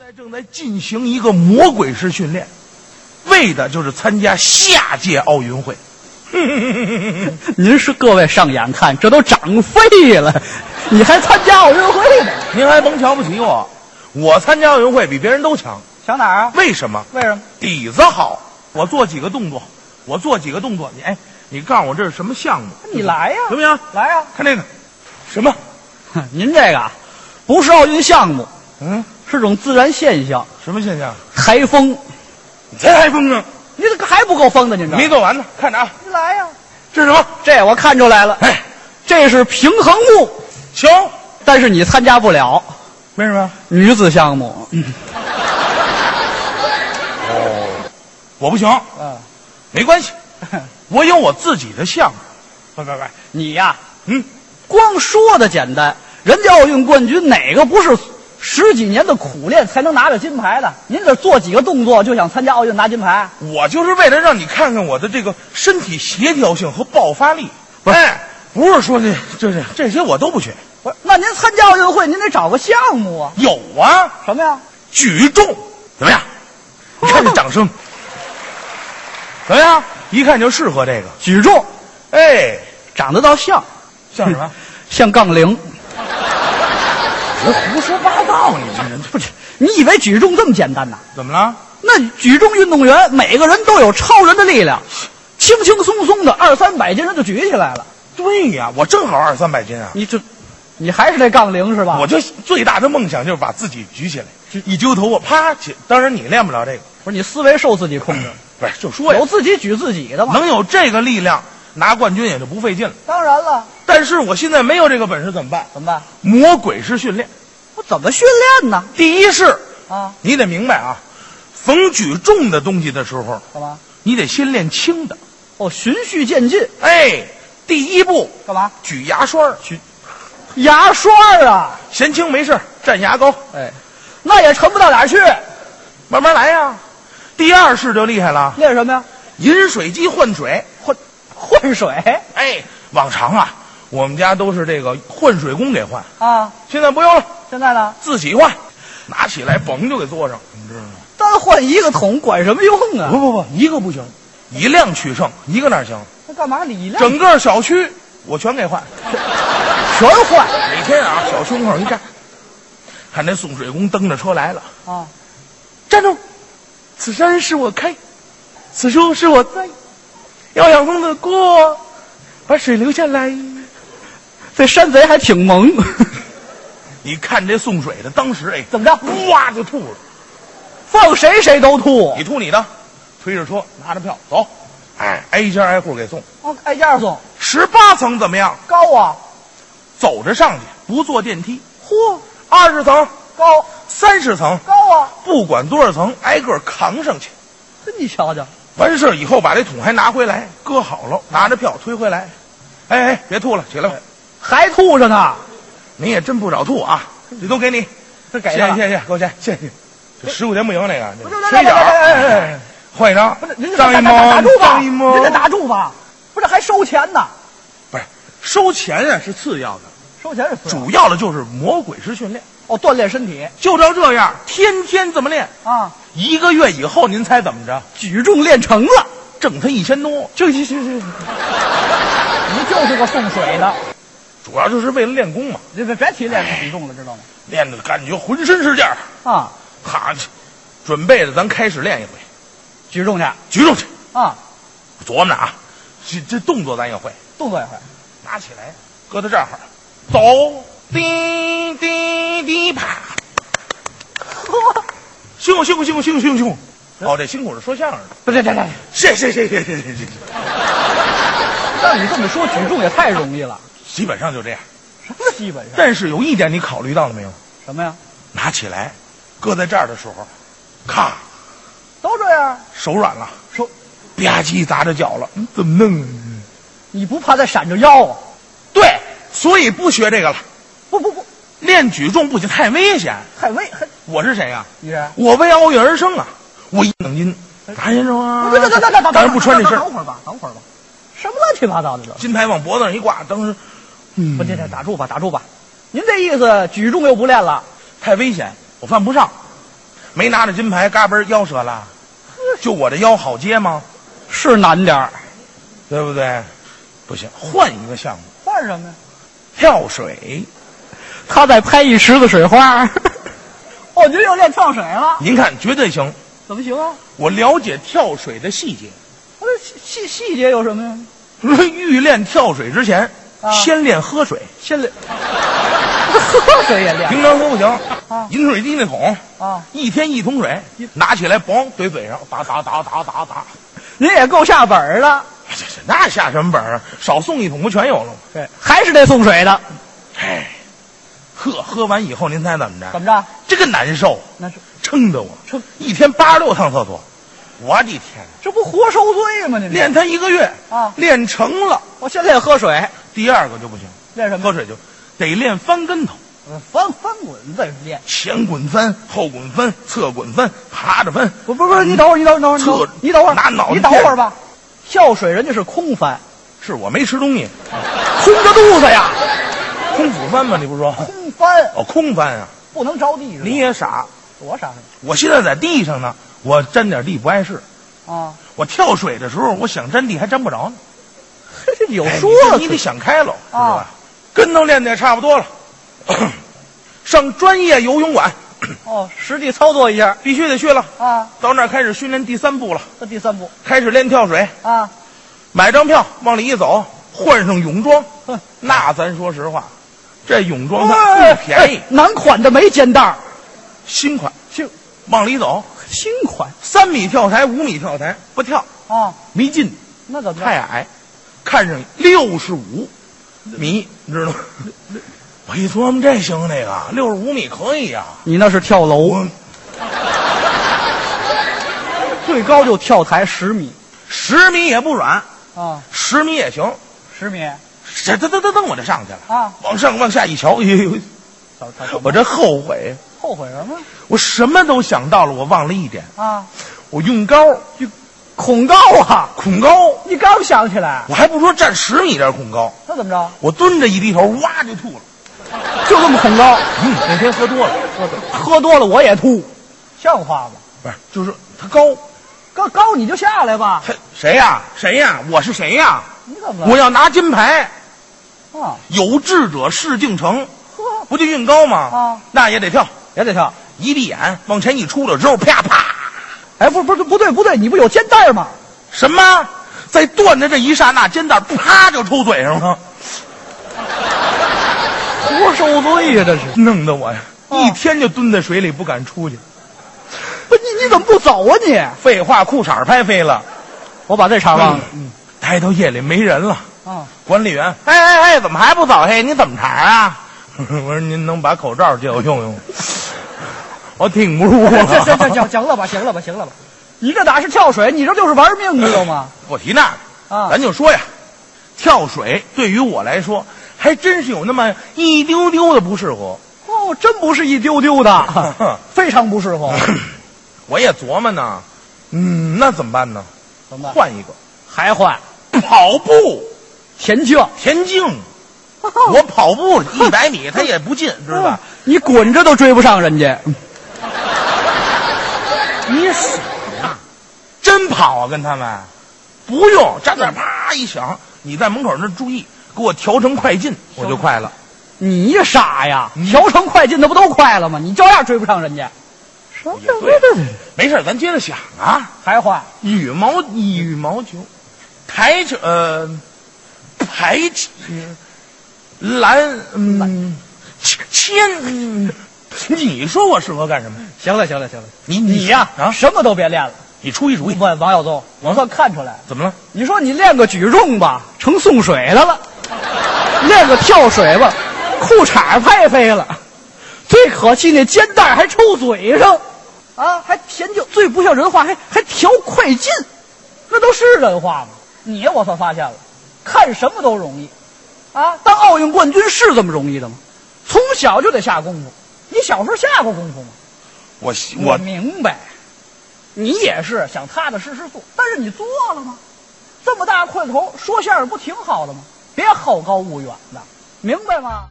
在正在进行一个魔鬼式训练，为的就是参加下届奥运会。您是各位上眼看，这都长肺了， 你还参加奥运会呢？ 您还甭瞧不起我，我参加奥运会比别人都强。想哪儿啊？为什么？为什么？底子好。我做几个动作，我做几个动作。你哎，你告诉我这是什么项目？你来呀行不行？来呀、看这个，什么？您这个啊，不是奥运项目，嗯，是种自然现象，什么现象？台风。你才台风呢，你这个还不够疯的，您这没做完呢。看着啊，您来呀、这是什么？这我看出来了，哎，这是平衡木，球。但是你参加不了为什么？女子项目。我不行，嗯，没关 系，我有我自己的项目。不不不，你呀、嗯，光说的简单，人家奥运冠军哪个不是十几年的苦练才能拿着金牌的？您这做几个动作就想参加奥运拿金牌？我就是为了让你看看我的这个身体协调性和爆发力。不是哎，不是说这这这这些我都不学，不是，那您参加奥运会，您得找个项目啊？有啊，什么呀？举重怎么样？你看这掌 声，怎么样？一看就适合这个。举重，哎，长得倒像，像什么？ 像 杠铃。你胡说八道！啊你这人 不是，你以为举重这么简单呐？怎么了？那举重运动员每个人都有超人的力量，轻轻松松的二三百斤人就举起来了。对呀，我正好二三百斤啊。你这，你还是这杠铃是吧？我就最大的梦想就是把自己举起来，一揪头我啪起。当然你练不了这个，不是你思维受自己控 制，不是就说呀有，自己举自己的嘛。能有这个力量拿冠军也就不费劲了。当然了，但是我现在没有这个本事怎么办？怎么办？魔鬼式训练，我怎么训练呢？第一式啊，你得明白啊，逢举重的东西的时候，干嘛？你得先练轻的。哦，循序渐进，哎，第一步干嘛？举牙刷，举牙刷啊，嫌轻没事儿，蘸牙膏，哎，那也沉不到哪儿去。慢慢来呀、啊第二式就厉害了，练什么呀？饮水机换水。混混水哎，往常啊，我们家都是这个换水工给换，啊！现在不用了，现在呢，自己换，拿起来嘣就给做上，你知道吗？单换一个桶管什么用啊？不不，一个不行，以量取胜，一个哪行？那干嘛理量？整个小区我全给换，全换每天啊，小区门口一站，看那送水工蹬着车来了，啊！站住！此山是我开，此树是我栽，要想风得过，把水留下来。这山贼还挺萌，你看这送水的，当时哎， 怎么着？哇就吐了。放谁谁都吐你。吐你的，推着车拿着票走，哎，挨家挨户给送。哦，挨家送，十八层怎么样？高啊，走着上去，不坐电梯。嚯，二十层、高三十层，高啊！不管多少层，挨个扛上去。这你瞧瞧，完事儿以后把这桶还拿回来，搁好了，拿着票推回来。哎哎，别吐了，起来吧，还吐着呢，您也真不少吐啊！这都给你，这谢谢谢谢，给我钱，谢谢。这十块钱不行，那个不是，缺一角来来来来来儿，哎换一张不是，您，张一打萌住，吧，张一您萌得，打住吧，不是还收钱呢？不是收钱啊，是次要的，收钱是私了主要的就是魔鬼式训练，哦，锻炼身体就照这样，天天这么练，啊，一个月以后您猜怎么着？举重练成了，挣他一千多，这这这这，你就是个送水的，主要就是为了练功嘛，别别别提练举重了，知道吗？练的感觉浑身是劲儿，啊，哈，准备着咱开始练一回。举重去举重去，啊，琢磨着啊，这这动作咱也会，动作也会， 拿起来，搁到这儿，走，滴滴滴，啪，呵，辛苦辛苦辛苦辛苦辛苦辛苦。哦，这辛苦是说相声的，不对对对，谢谢谢谢谢谢谢谢，让你这么说，举重也太容易了，基本上就这样。什么基本上但是有一点你考虑到了没有？什么呀，拿起来，搁在这儿的时候，咔，都这样，手软了，说吧唧砸着脚了，嗯怎么弄啊？你不怕再闪着腰啊？对，所以不学这个了，不不不，练举重不行，太危险。太危，还我是谁呀、啊你是。我为奥运而生啊！我一等金，拿先生啊！等等等等等，当然不穿这身等儿，会儿吧，等会儿吧，什么乱七八糟的这？金牌往脖子上一挂，当时，嗯不，这这打住吧，打住吧。您这意思，举重又不练了，太危险，我犯不上。没拿着金牌，嘎嘣儿腰折了，就我这腰好接吗？是难点儿。对不对？不行，换一个项目，换什么呀？跳水。他在拍一池子水 花。我觉得哦又练跳水了，您看，绝对行。怎么行啊？我了解跳水的细节。 他这细细细节有什么呀？欲练跳水之前，啊先练喝水。先练，喝水也练平常喝不行啊，饮水机那桶，啊！一天一桶水一，拿起来嘣怼嘴上，打打打打打打。您也够下本儿的，这这那下什么本儿啊？少送一桶不全有了吗？对，还是得送水的。哎，喝喝完以后，您猜怎么着？怎么着？这个难受，那是撑得我撑一天八十六趟厕所，我的天！这不活受罪吗？您这练它一个月啊练成了，我先练喝水，第二个就不行，练什么？喝水就得练翻跟头，翻翻滚再练。前滚翻，后滚翻，侧滚翻，爬着翻，不不不，你等会儿，你等会儿，你等会儿侧，你等会儿，拿脑袋你等会儿吧。跳水人家是空翻，是我没吃东西，啊空着肚子呀，空腹翻嘛，你不是说？空翻哦，空翻啊！不能着地。你也傻，多傻我现在在地上呢，我沾点地不碍事。啊！我跳水的时候，我想沾地还沾不着呢。有哎说你这了你得想开了，知道吧啊？跟头练的也差不多了，上专业游泳馆哦，实际操作一下必须得去了。啊。到那儿开始训练第三步了，这第三步开始练跳水，啊，买张票往里一走，换上泳装哼。那咱说实话，这泳装它不便宜哎，男款的没肩带儿，新款。新往里走，新款三米跳台、五米跳台不跳啊，没劲，那怎么办太矮，看上六十五米，你知道吗？ 我一琢磨这行那个六十五米可以啊呀、你那是跳楼，我最高就跳台十米十米也不软，啊，十米也行。十米这噔噔噔噔，我就上去了啊！往上往下一瞧，哎呦，早早我这后悔，后悔什么我什么都想到了，我忘了一点，啊？我用高恐高啊！恐高，你刚想起来，我还不说站十米这儿恐高，那怎么着？我蹲着一低头，哇就吐了。就这么恐高，嗯，那天喝多了，喝多了我也吐，像话吗？不是，就是他高，高高你就下来吧，他 谁呀、谁呀、我是谁呀、你怎么我了？要拿金牌，我啊，有志者事竟成，呵，不就运高吗？啊，那也得跳，也得跳。一闭眼往前一出溜之后，啪啪，哎，不不不对不对，你不有肩带吗？什么？在断的这一刹那，肩带啪就抽嘴上了， 活受罪呀、这是。弄得我呀、哦一天就蹲在水里不敢出去。不，你你怎么不走啊你？废话，裤衩儿拍飞了。我把这茬忘了。待到夜里没人了，啊，管理员，嗯哦哎哎哎，怎么还不走？嘿，你怎么茬啊？ 我说您能把口罩借我用用吗？ 我挺不住啊行嗯 了。行行行行了吧，行了吧，行了吧。你这哪是跳水，你这就是玩命，知道吗？我提那个，啊，咱就说呀，跳水对于我来说，还真是有那么一丢丢的不适合。 哦，真不是一丢丢 的，非常不适合。我也琢磨呢，嗯，那怎么办呢？怎么办？换一个，还换跑步、田径？田径。我我跑步一百米，他也不进，知道吧？？你滚着都追不上人 家。你死真跑啊，跟他们不用站那儿啪一响，你在门口那儿注意，给我调成快进，我就快了。你傻呀！调成快进，那不都快了吗？你照样追不上人家。什么也对，没事儿，咱接着想啊。还换羽毛羽毛球，台球呃，排球，篮嗯，切切嗯，你说我适合干什么？行了，行了，行了，你你呀、啊，什么都别练了。你出一主意，问王耀宗，我嗯算看出来了。怎么了？你说你练个举重吧，成送水来了；练个跳水吧，裤衩拍飞了。最可气那肩带还抽嘴上，啊，还田径最不像人话，还还调快进，那都是人话吗？你我算发现了，看什么都容易，啊，当奥运冠军是这么容易的吗？从小就得下功夫，你小时候下过功夫吗？我我明白，你也是想踏踏实实做，但是你做了吗？这么大块头，说相声不挺好的吗？别好高骛远的，明白吗？